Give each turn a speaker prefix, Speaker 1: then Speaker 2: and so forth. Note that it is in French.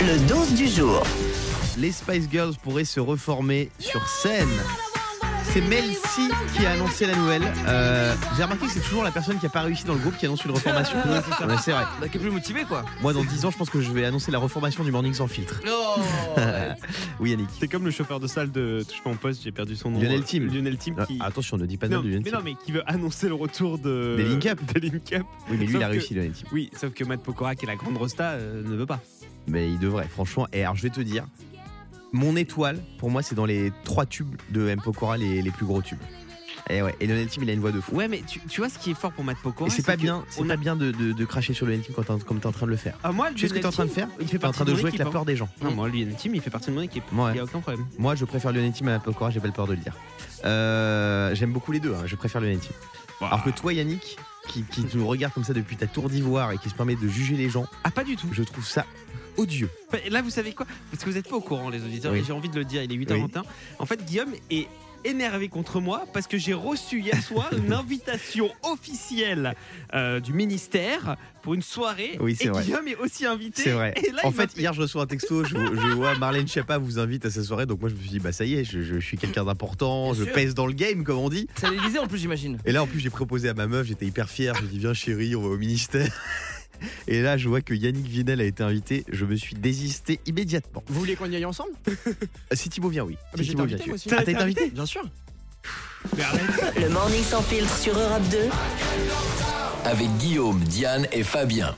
Speaker 1: Le 12 du jour.
Speaker 2: Les Spice Girls pourraient se reformer sur scène. C'est Mel C qui a annoncé la nouvelle. Euh, J'ai remarqué que c'est toujours la personne qui a pas réussi dans le groupe qui annonce une reformation. Ouais, c'est vrai.
Speaker 3: Bah, qui est plus motivé quoi.
Speaker 2: Moi, dans 10 ans, je pense que je vais annoncer la reformation du Morning sans filtre.
Speaker 3: Non.
Speaker 2: Oui, Yannick.
Speaker 4: C'est comme le chauffeur de salle de Touche pas en poste, j'ai perdu son nom.
Speaker 2: Lionel Tim.
Speaker 4: Lionel Tim qui.
Speaker 2: Ah, attention, ne dis pas de
Speaker 4: non,
Speaker 2: nom de Lionel
Speaker 4: mais
Speaker 2: Tim.
Speaker 4: non, mais qui veut annoncer le retour de.
Speaker 3: euh,
Speaker 2: Des Link Up.
Speaker 4: Des Link Up.
Speaker 2: Oui, mais lui,
Speaker 4: Sauf
Speaker 2: il a
Speaker 4: que-
Speaker 2: réussi Lionel Tim.
Speaker 4: Oui, sauf que Matt Pokora, qui est la grande Rosta, euh, ne veut pas.
Speaker 2: Mais il devrait, franchement. Et alors, je vais te dire, mon étoile, pour moi, c'est dans les trois tubes de M. Pokora, les, les plus gros tubes. Et ouais, et Lionel Tim, il a une voix de fou.
Speaker 3: Ouais mais tu, tu vois ce qui est fort pour Matt Pokora
Speaker 2: Et c'est pas
Speaker 3: que
Speaker 2: bien, c'est
Speaker 3: on
Speaker 2: pas bien de, de- de cracher sur Lionel Tim quand t'es en- comme t'es en train de le faire.
Speaker 3: Ah moi le
Speaker 2: Tu sais ce que t'es en train de faire
Speaker 3: Il fait
Speaker 2: T'es en
Speaker 3: partie
Speaker 2: train de
Speaker 3: mon
Speaker 2: jouer avec
Speaker 3: équipe,
Speaker 2: la
Speaker 3: hein.
Speaker 2: peur des gens.
Speaker 3: Non moi lui Team il fait partie de mon équipe. Il
Speaker 2: Ouais.
Speaker 3: y a aucun problème.
Speaker 2: Moi, je préfère Lionel Tim à Apple Cora, j'ai pas le peur de le dire. Euh, J'aime beaucoup les deux, hein, je préfère Lionel Tim.
Speaker 3: Bah.
Speaker 2: Alors que toi, Yannick, qui, qui nous regarde comme ça depuis ta tour d'ivoire et qui se permet de juger les gens,
Speaker 3: Ah pas du tout.
Speaker 2: je trouve ça odieux.
Speaker 3: Bah, Là vous savez quoi Parce que vous êtes pas au courant les auditeurs
Speaker 2: Oui.
Speaker 3: et j'ai envie de le dire, il est 8h21. En fait Guillaume est énervé contre moi parce que j'ai reçu hier soir une invitation officielle euh, du ministère pour une soirée
Speaker 2: Oui, c'est
Speaker 3: et
Speaker 2: vrai.
Speaker 3: Guillaume est aussi invité.
Speaker 2: C'est vrai.
Speaker 3: Et là,
Speaker 2: en
Speaker 3: il m'a
Speaker 2: fait, hier, je reçois un texto, je, je vois Marlène Schiappa vous invite à sa soirée, donc moi, je me suis dit, bah ça y est, je, je suis quelqu'un d'important,
Speaker 5: Bien
Speaker 2: je
Speaker 5: sûr.
Speaker 2: pèse dans le game, comme on dit.
Speaker 5: C'est à l'Elysée en plus, j'imagine.
Speaker 2: Et là, en plus, j'ai proposé à ma meuf, j'étais hyper fier. J'ai dit, viens chérie, on va au ministère. Et là, je vois que Yannick Vinel a été invité. Je me suis désisté immédiatement.
Speaker 5: Vous voulez qu'on y aille ensemble
Speaker 2: Euh, Si Thibaut vient, oui.
Speaker 5: Ah, mais
Speaker 2: Si
Speaker 5: j'ai été
Speaker 2: Thibaut vient,
Speaker 5: invité,
Speaker 2: tu-
Speaker 5: moi aussi.
Speaker 2: Ah, t'as été invité
Speaker 5: Bien sûr.
Speaker 1: Le Morning sans filtre sur Europe 2.
Speaker 6: Avec Guillaume, Diane et Fabien.